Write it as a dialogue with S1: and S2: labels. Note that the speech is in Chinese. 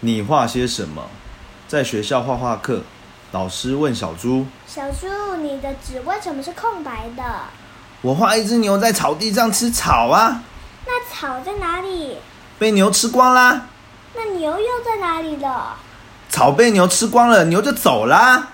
S1: 你画些什么？在学校画画课，老师问小猪
S2: 小猪，你的纸为什么是空白的？：“
S1: 我画一只牛在草地上吃草啊，
S2: 那草在哪里？
S1: 被牛吃光啦，
S2: 那牛又在哪里了？
S1: 草被牛吃光了，牛就走啦。